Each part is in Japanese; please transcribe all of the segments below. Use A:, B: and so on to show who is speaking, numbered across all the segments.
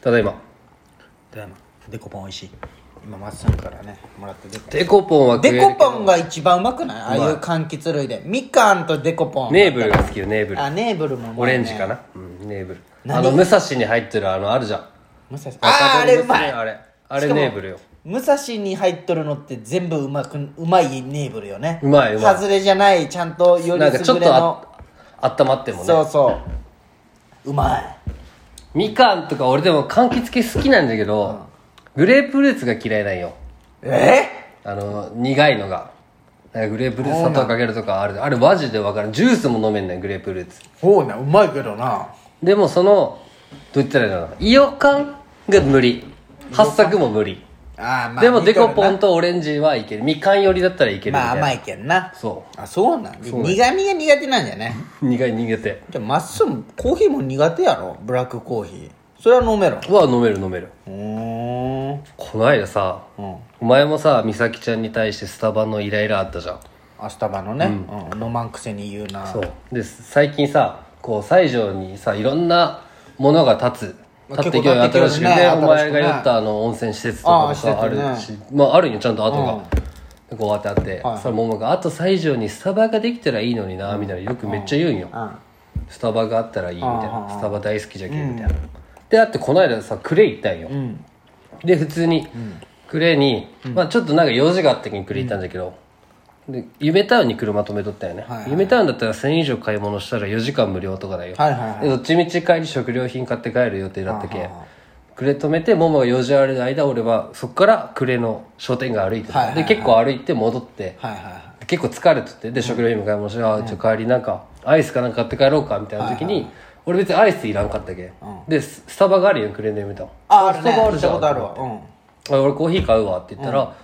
A: ただいま
B: 富山デコポン美味しい今松さんからねもらったデコ
A: デコポンは食える
B: デ
A: けど
B: コポンが一番うまくないああいう柑橘類でみかんとデコポン
A: ネーブルが好きよネーブル
B: あネーブルもうまいね
A: オレンジかな、うん、ネーブルあ
B: 何
A: の武蔵に入ってるあのあるじゃん
B: 武蔵あーあれうまい
A: あれあれ
B: しかも
A: ネーブルよ
B: 武蔵に入っとるのって全部うまくうまいネーブルよね
A: うまいうまい
B: 外れじゃないちゃんとより
A: なんかちょ
B: 優
A: っ
B: れ
A: と
B: の
A: ああったまっても
B: そ
A: ね
B: うそううまい
A: みかんとか俺でも柑橘系好きなんだけど、グレープフルーツが嫌いなんよ
B: え
A: あの苦いのがなんかグレープフルーツ砂糖かけるとかあるあれマジで分からんジュースも飲めんねんグレープフルーツ
B: ほうなうまいけどな
A: でもそのどう言ったらいいのかなイオカンが無理発作も無理
B: ああまあ
A: でもデコ
B: 見と
A: ポ
B: る
A: ンとオレンジはいけるみかん寄りだったらいけるみ
B: な
A: たい
B: まあ
A: な、
B: 甘いけんな
A: そ
B: あそうなん苦味が苦手なんじゃね
A: う苦い苦手
B: じゃあまっすぐコーヒーも苦手やろブラックコーヒーそれは飲めろ
A: は飲める飲める
B: うーん
A: こないださ、
B: うん
A: お前もさ美咲ちゃんに対してスタバのイライラあったじゃん
B: アスタバのね、うん飲まんくせに言うな
A: そうで最近さこう西条にさいろんなものが立つ
B: まあ
A: 立っていくようになったらしくて、
B: 結構立ってきよ
A: お
B: ね新し
A: 前
B: くね
A: が言ったあの温泉施設とかもさ
B: あ
A: あ
B: あ
A: る
B: 施
A: し
B: 設、
A: まあ、あるんよちゃんと跡が、でこうあってあって、
B: はい
A: それももがあと西条にスタバができたらいいのになみたいなよくめっちゃ言うんよ、
B: うん
A: スタバがあったらいいみたいな、
B: うん
A: スタバ大好きじゃけんみたいな、であってこの間さクレイ行ったんよ、
B: ん
A: で普通に、クレイに、まあ、ちょっとなんか用事があった時にクレイ行ったんだけど、で夢タウンに車止めとったよね、
B: はいはい
A: 夢タウンだったら1000以上買い物したら4時間無料とかだよ、
B: はいはいはい
A: でどっちみち帰り食料品買って帰る予定だったけ、
B: は
A: ん
B: いはいはい
A: クレイ止めてモモが用事ある間俺はそっからクレイの商店街歩いてた、
B: はいはいはい
A: で結構歩いて戻って、
B: はいはいは
A: 結構疲れとってで食料品も買い物して、あーちょっと帰りなんかアイスかなんか買って帰ろうかみたいな時に、俺別にアイスいらんかったけ、でススタバがあるよクレーンで見たの
B: あある
A: ス
B: ね
A: タバあるじゃ
B: 見
A: ん
B: たことあるわうん
A: あ俺コーヒー買うわって言ったら、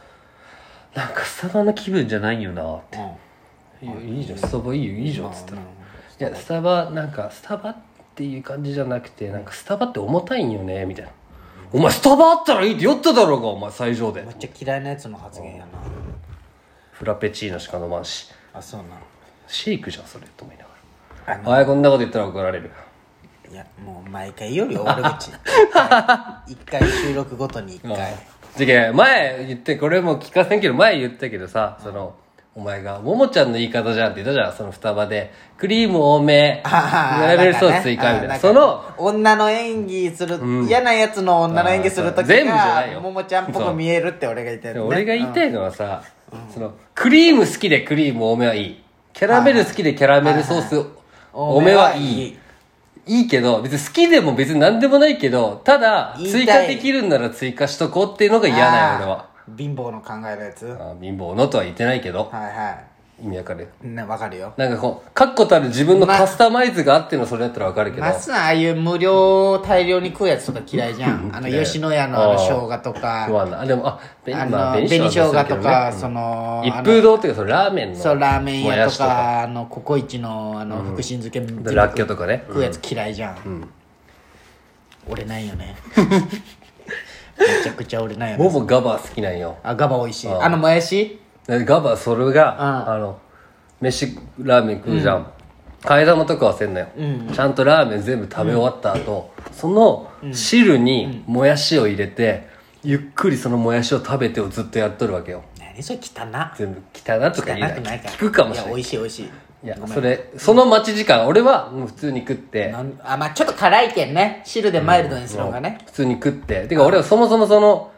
A: なんかスタバの気分じゃないよなって、いやいいじゃんスタバいいよいいじゃんっつったら、いやスタバなんかスタバっていう感じじゃなくてなんかスタバって重たいんよねみたいなお前スタバあったらいいって言っただろうがお前最上で
B: めっちゃ嫌いなやつの発言やな
A: フラペチーノしか飲まんし
B: あそうなん
A: シェイクじゃんそれと思いながらあいこんなこと言ったら怒られる
B: いやもう毎回より 悪口一回収録ごとに一回
A: じゃけ前言ってこれも聞かせんけど前言ったけどさそのお前が「ももちゃんの言い方じゃん」って言ったじゃんその双葉で「クリーム多め
B: あー
A: ラベルソース
B: なんかね
A: 追加」みたいな
B: あーんか
A: その
B: 女の演技する、嫌なやつの女の演技すると
A: あー
B: き
A: そう全部じゃない
B: が
A: よ
B: ももちゃんっぽく見えるって俺が言ったやつ、ね、
A: 俺が言いたいのはさそのクリーム好きでクリーム多めはいいキャラメル好きでキャラメルソース多めはいいいいけど別に好きでも別に何でもないけどただ
B: 言
A: 追
B: いた
A: 加
B: い
A: できるんなら追加しとこうっていうのが嫌だよ俺は
B: あー貧乏の考えるやつはい
A: あー貧乏のとは言ってないけど
B: は
A: 意味わかる
B: いねわかるよ
A: なんかこう確固たる自分のカスタマイズがあってのそれだったらわかるけど
B: まっすんああいう無料大量に食うやつとか嫌いじゃんあの
A: 嫌い
B: 吉野家のあの生姜とか
A: 食わないあでもあ紅
B: あ
A: まあ
B: の
A: 紅
B: 紅生
A: 生姜
B: 姜とか、
A: そう
B: その
A: だけどね一
B: あの
A: 風堂っていうかそのラーメンの
B: そうラーメン
A: も
B: 屋
A: や
B: と
A: し
B: かあのココイチのあの福神漬け全部
A: らっきょうとかね
B: 食うやつ嫌いじゃん、俺ないよねめちゃくちゃ俺ないよ
A: も
B: ね
A: もガバ好きなんよ
B: あガバ美味しいあのもやし
A: でガバそれが、
B: うん
A: あの飯ラーメン食うじゃん、替え玉とかはせんなよ、ちゃんとラーメン全部食べ終わった後、その汁にもやしを入れて、ゆっくりそのもやしを食べてをずっとやっとるわけよ
B: 何それ汚な
A: 全部汚と
B: 汚く
A: か言うな
B: ないから
A: 聞くかもしれない
B: いや美味しい美味しい
A: いやそれその待ち時間俺はもう普通に食って
B: なんあまあちょっと辛いけんね汁でマイルドにするのがね、
A: 普通に食っててか俺はそもそもその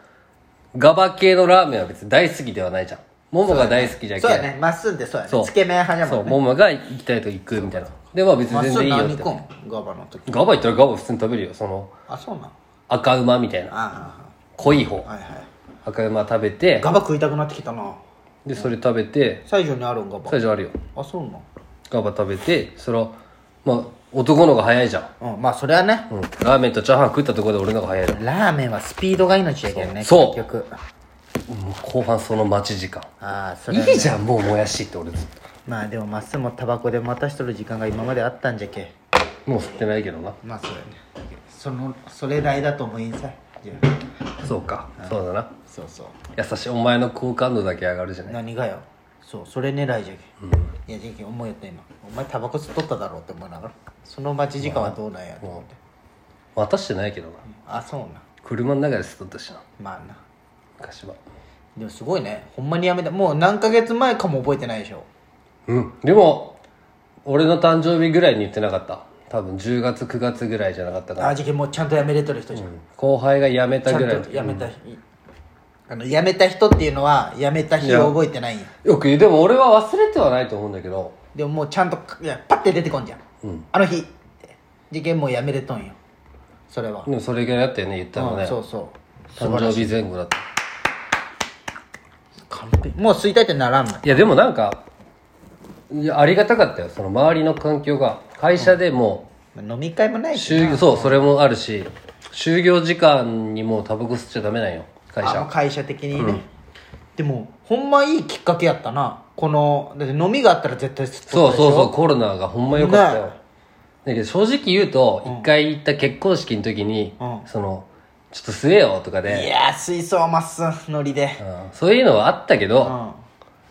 A: ガバ系のラーメンは別に大好きではないじゃんももが大好きじゃけ
B: そうやねまっすんでそうやね
A: そう
B: つけ麺派じゃ
A: そう
B: も
A: ん
B: ね
A: ももが行きたいとこ行くみたいなでまあ別
B: ま
A: に
B: っ
A: 全
B: す
A: 然い
B: ん
A: いよ
B: 何
A: っ
B: 食
A: て
B: うんガバの時
A: ガバ行ったらガバ普通に食べるよその
B: あそうなん
A: 赤馬みたいな
B: あ
A: 濃い方
B: あはいはい
A: 赤馬食べて
B: ガバ食いたくなってきたな
A: でそれ食べて
B: 最初にあるんガバ
A: 最初あるよ
B: あそうなん
A: ガバ食べてそのまあ男の方が早いじゃん、
B: うん、まあそれはね、
A: うん、ラーメンとチャーハン食ったところで俺の方が早いじゃん
B: ラーメンはスピードが命やけどね
A: そう
B: 結局
A: もう後半その待ち時間
B: ああそれはね
A: いいじゃんもうもやしって俺ずっ
B: まあでもまっすぐもタバコで待たしとる時間が今まであったんじゃけ
A: ともう吸ってないけどな
B: まあそうやねそのそれ代だと思いんさじゃあ
A: そうかそうだな
B: そうそう
A: 優しいお前の好感度だけ上がるじゃない
B: 何がよそうそれ狙いじゃけ、いやじゃけ思いやった今お前タバコ吸っとっただろうって思いながらその待ち時間はどうなんやと思って、
A: 渡してないけどな
B: あそうな
A: 車の中で捨てたしな
B: まあな
A: 昔は
B: でもすごいねほんまにやめたもう何ヶ月前かも覚えてないでしょ
A: うんでも俺の誕生日ぐらいに言ってなかった多分10月9月ぐらいじゃなかったか
B: あ
A: な
B: じゃあもうちゃんとやめれてる人じゃん、
A: 後輩が辞め
B: ち
A: た
B: ゃ
A: ぐらい
B: んとやめた、あのやめた人っていうのはやめた日を覚えてないんよ
A: よく言うでも俺は忘れてはないと思うんだけど
B: でももうちゃんといやパッて出てこんじゃん、あの日って事件もうやめれとんよそれは、
A: でもそれぐらいだったよね言ったのね、
B: うんそうそう素
A: 誕
B: 晴
A: 生
B: らしい
A: 日前後だった
B: 完璧もう衰退ってならんの
A: いやでもなんかいやありがたかったよその周りの環境が会社でも
B: 飲み会もな
A: う
B: いし
A: 就業、そうそれもあるし就業時間にもうタバコ吸っちゃダメなんよ会
B: あもう
A: 社
B: 会社的にね、でもほんまいいきっかけやったなこのだって飲みがあったら絶対すっ
A: そうそうそう
B: う
A: コロナがほんま良かったよ
B: ね
A: だけど正直言うと一回行った結婚式の時に、
B: うん
A: そのちょっと吸えよとか
B: い
A: で、
B: やー水槽まっすんノリで、
A: うんそういうのはあったけ
B: う
A: ど、
B: ん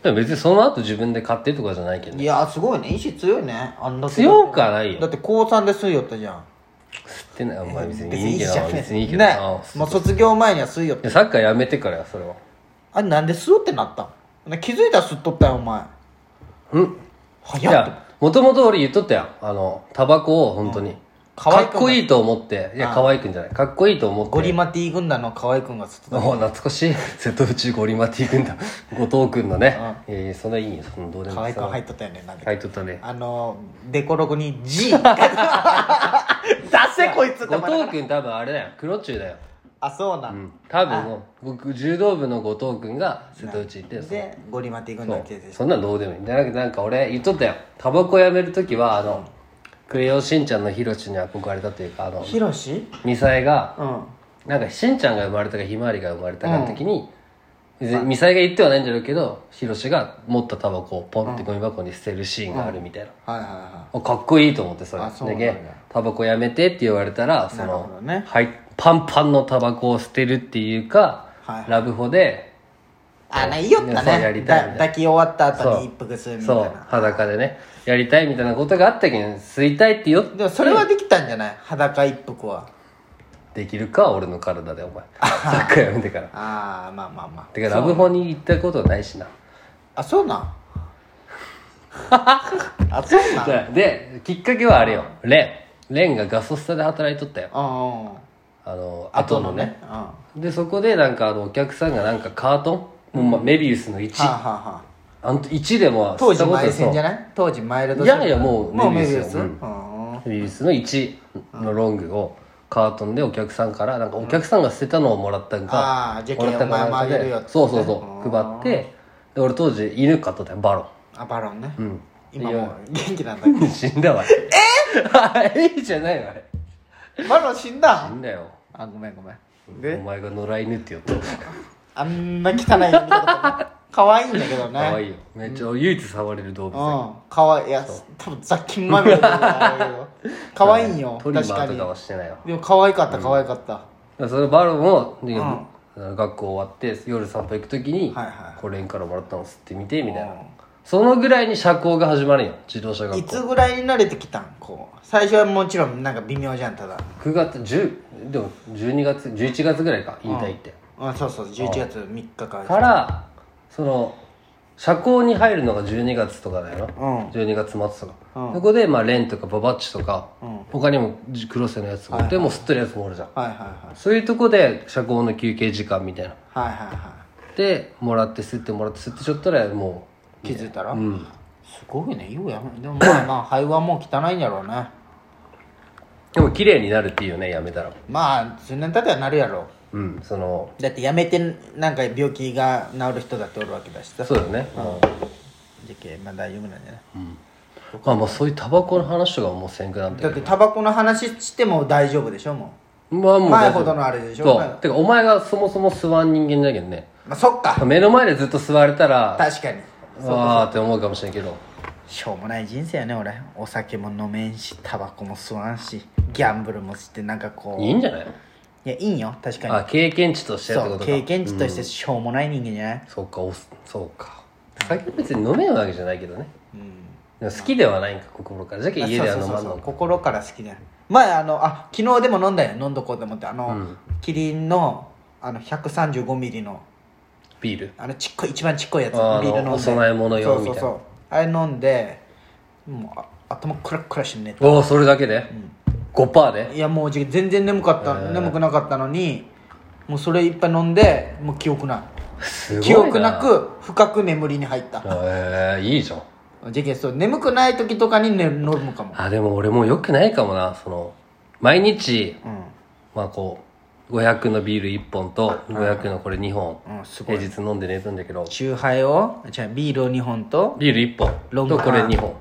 A: でも別にその後自分で買ってとかじゃないけど
B: い
A: ね
B: やーすごいね意志強いねあんだけ
A: 強くはないよ
B: だって高3で吸いよったじゃん
A: 吸ってないお前別にいいけど別にいいけど
B: ね
A: な
B: もう卒業前には吸いよっ
A: い
B: た
A: やサッカーやめてからよそれは
B: あれなんで吸うってなったんな気づいたら吸っとったよお前
A: うんい
B: 早っ
A: やもともと俺言っとったやんあのタバコを本当に、
B: 可愛
A: か
B: く
A: っ
B: も
A: こいいと思っていや可愛くんじゃないかっこいいと思って
B: ゴリマティ軍団の河合君が吸っとった
A: お懐かしい 瀬戸内ゴリマティ君だ 後藤君のねいやいやそんないいよそのどうで
B: 河
A: もい
B: 合
A: い
B: 君入
A: さ
B: っとったよねなんだっけ
A: 入っとったね
B: あのデコロコに G 出せこいつって
A: 後藤君多分あれだよ黒中だよ
B: あそうな
A: うん
B: ん、
A: 多分僕柔道部の後藤君が瀬戸内行ってその
B: でゴリマティ軍団形成し
A: そんなんどうでもいいじゃなくてなんか俺言っとったよタバコやめるときはあの「クレヨンしんちゃん」のヒロシに憧れたというかあの
B: たヒロシ
A: ミサエが
B: うん
A: なんかしんちゃんが生まれたかひまわりが生まれたかの時に、別にミサエが言ってはないんだろうけどヒロシが持ったタバコをポンってゴミ箱に捨てるシーンがあるみたいな、
B: はいはいは
A: あかっこいいと思ってそれ
B: あそうなんだ
A: でタバコやめてって言われたらそ
B: なるほ
A: の
B: ど、ね
A: はい、パンパンのタバコを捨てるっていうか、
B: はいはい
A: ラブホで
B: あないよった
A: そうやり
B: ね
A: たいみたいな
B: だ抱き終わった後に
A: そう
B: 一服するみたい
A: そう
B: な
A: 裸でねやりたいみたいなことがあったけん吸いたいってよ
B: でもそれはできたんじゃない裸一服は
A: できるか俺の体でお 前サッカーやめてから
B: ああまあまあまあ
A: てかラブホに行ったことないしな
B: あそうなん あそう なん
A: でできっかけはあれよレンレンがガソスタで働いとったよ
B: うんうん
A: あの後のね
B: うんは
A: でそこでなんかあのお客さんがなんかカートン、もうまあメビウスの1、
B: あはあはあ
A: あの1でも
B: 当
A: 吸っ
B: 時
A: たこと
B: マイセンじゃ
A: そう
B: ない当時マイルド
A: いやいやもう
B: もうメ
A: メビ
B: ビ
A: ウ
B: ウ
A: ス
B: ス
A: よ
B: うん
A: メビウスの1のロングをカートンでお客さんからなんかお客さんが捨てたのをもらったん
B: あ
A: か
B: ーじゃあ
A: もらった
B: お前もあげるよって
A: そうそうそう配ってで俺当時犬飼っとったよバロ
B: あバロンね
A: ん
B: 今
A: い
B: も
A: や
B: う元気なんだけ
A: ン 死んだわええじゃないわあれ
B: どバロン死ん
A: 死
B: だ
A: んだよ
B: あごめんごめん
A: お
B: で
A: 前が野良犬って言った
B: あんな汚いの見たことない可愛いんだけどね
A: かわいいよめっちゃ唯一触れる動
B: う
A: 物
B: ん可愛いいや多分雑菌まみれだと思うけど 可愛いんよ
A: ト
B: 確
A: リマー
B: か
A: と
B: に
A: かはしてないわ
B: でも可愛かった可愛かった
A: そのバロンを、で
B: ん
A: あの学校終わって夜散歩行く時に、
B: はいはい
A: これからもらったの吸ってみてみたいな、
B: うん
A: そのぐらいに車高が始まるよ自動車
B: い
A: 学
B: つ
A: 校
B: ぐらいに慣れてきたんこう最初はもちろんなんか微妙じゃんただ
A: 9月10でも12月11月ぐらいか引退って、
B: うんそうそう11月3日から
A: からその車高に入るのが12月とかだよな、
B: うん
A: 12月末とか、
B: うん
A: そこでまあレンとかババッチとか、
B: うん
A: 他にもクロセのやつも、でも吸ってるやつもおるじゃん
B: はいはいはい
A: そういうとこで車高の休憩時間みたいな
B: はいはいは
A: でもらって吸ってもらって吸ってちょったらも
B: い気づいたら、
A: ううん
B: すごいねようやめでもまあまあ肺はもう汚いんやろうね
A: でも綺麗になるっていうよねやめたら
B: まあ数年経てはなるやろ
A: うんその
B: だってやめてなんか病気が治る人だっておるわけだしさ
A: そうだよね、
B: じゃけまあ大丈夫なんじゃない、
A: まあもうそういうタバコの話とかはもうせんくなって
B: だってタバコの話しても大丈夫でしょも
A: まあも
B: う
A: う
B: 前ほどのあれでしょ
A: そ
B: ま
A: うてかお前がそもそも吸わん人間だけどね
B: あまあそっか
A: 目の前でずっと吸われたら
B: 確かに
A: わあって思うかもしれんけど
B: しょうもない人生やね俺お酒も飲めんしタバコも吸わんしギャンブルもしてなんかこう
A: いいんじゃない
B: いやいいんよ確かに
A: あ経験値としてって
B: そ
A: こと
B: う
A: か
B: 経験値としてしょうもない人間じゃない、
A: そうかおそうか酒別に飲めんわけじゃないけどね、でも好きではないんか心からじゃけ家では飲まん
B: そうそうそう
A: の
B: そう
A: か
B: 心から好きだよ前あのあ昨日でも飲んだよ飲んどこうと思ってあの、
A: うん
B: キリンのあの135ミリの
A: ビール
B: あのちっこい一番ちっこいやつビ
A: あーあの
B: ール飲んで
A: お供え物用みたいな
B: そうそうそうあれ飲んでもうあ頭クラクラして寝た
A: おおそれだけで、5%
B: い
A: で
B: やもうじ全然眠かった、
A: へー
B: 眠くなかったのにもうそれいっぱい飲んでもう記憶ない
A: すごいな
B: 記憶なく深く眠りに入った
A: えー、いいじゃん
B: じゃけそう眠くない時とかに、ね、飲むかも
A: あでも俺もう良くないかもなその毎日
B: う
A: まあこう500のビール1本と500のこれ2本、
B: ん、うん、すご
A: 平
B: い
A: 日飲んで寝たんだけど
B: チューハイをじゃあビールを2本と
A: ビール1
B: ロン
A: 本
B: グ
A: と
B: 缶
A: これ2本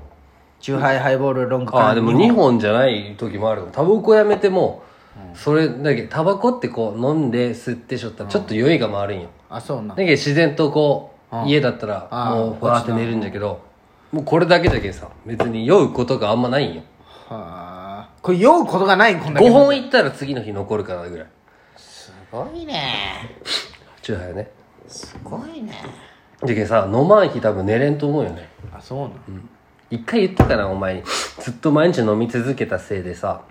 B: チューハイハイボールロング缶
A: ああでも2本じゃない時もあるかもタバコやめてもそれだけタバコってこう飲んで吸ってしょったらちょっと酔いが回るんよ
B: あそうな
A: だけど自然とこう、
B: うん
A: 家だったら
B: あー
A: もうふわーって寝るんじゃけどもうこれだけじゃけんさ別に酔うことがあんまないんよ
B: はあこれ酔うことがないこんだけ
A: 5本いったら次の日残るかなぐらい
B: すごいね
A: チューハイね
B: すごいね
A: じゃけんさ飲まん日多分寝れんと思うよね
B: あそうなうん
A: 一回言ったかなお前にずっと毎日飲み続けたせいでさ、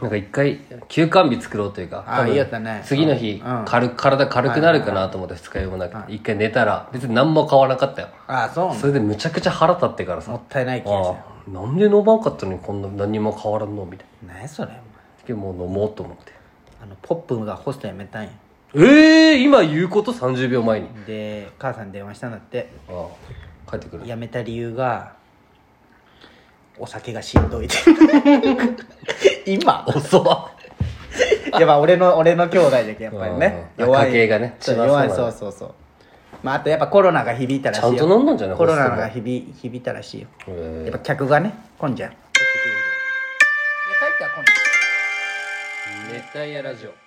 A: なんか一回休館日作ろうというか多
B: あ
A: 分
B: 言いよったね
A: 次の日、
B: うん
A: 軽く体軽くなるかなと思って二日酔いもなくて一回寝たら別に何も変わらなかったよ
B: あそうな
A: それでむちゃくちゃ腹立ってからさ
B: もったいない気がする
A: ああなんで飲まんかったのにこんな何も変わらんのみたい
B: 何それお前
A: なでもう飲もうと思って
B: あのポップがホストやめたんや
A: ええ今言うこと30秒前に
B: で母さんに電話したんだって
A: ああ帰ってくる
B: 辞めた理由がお酒がしんどいって 今
A: 遅わ
B: やっぱ俺の俺の兄弟だけやっぱりね
A: うん
B: 弱い
A: 家計がね
B: そう
A: 一番そう
B: 弱
A: だ
B: い
A: ね
B: そうそうそうまああとやっぱコロナが響いたらしいよ
A: ちゃんと飲んだんじゃない
B: コロナが響い響いたらしいよやっぱ客がね混んじゃういや帰ったら混んじゃう
A: 熱帯夜ラジオ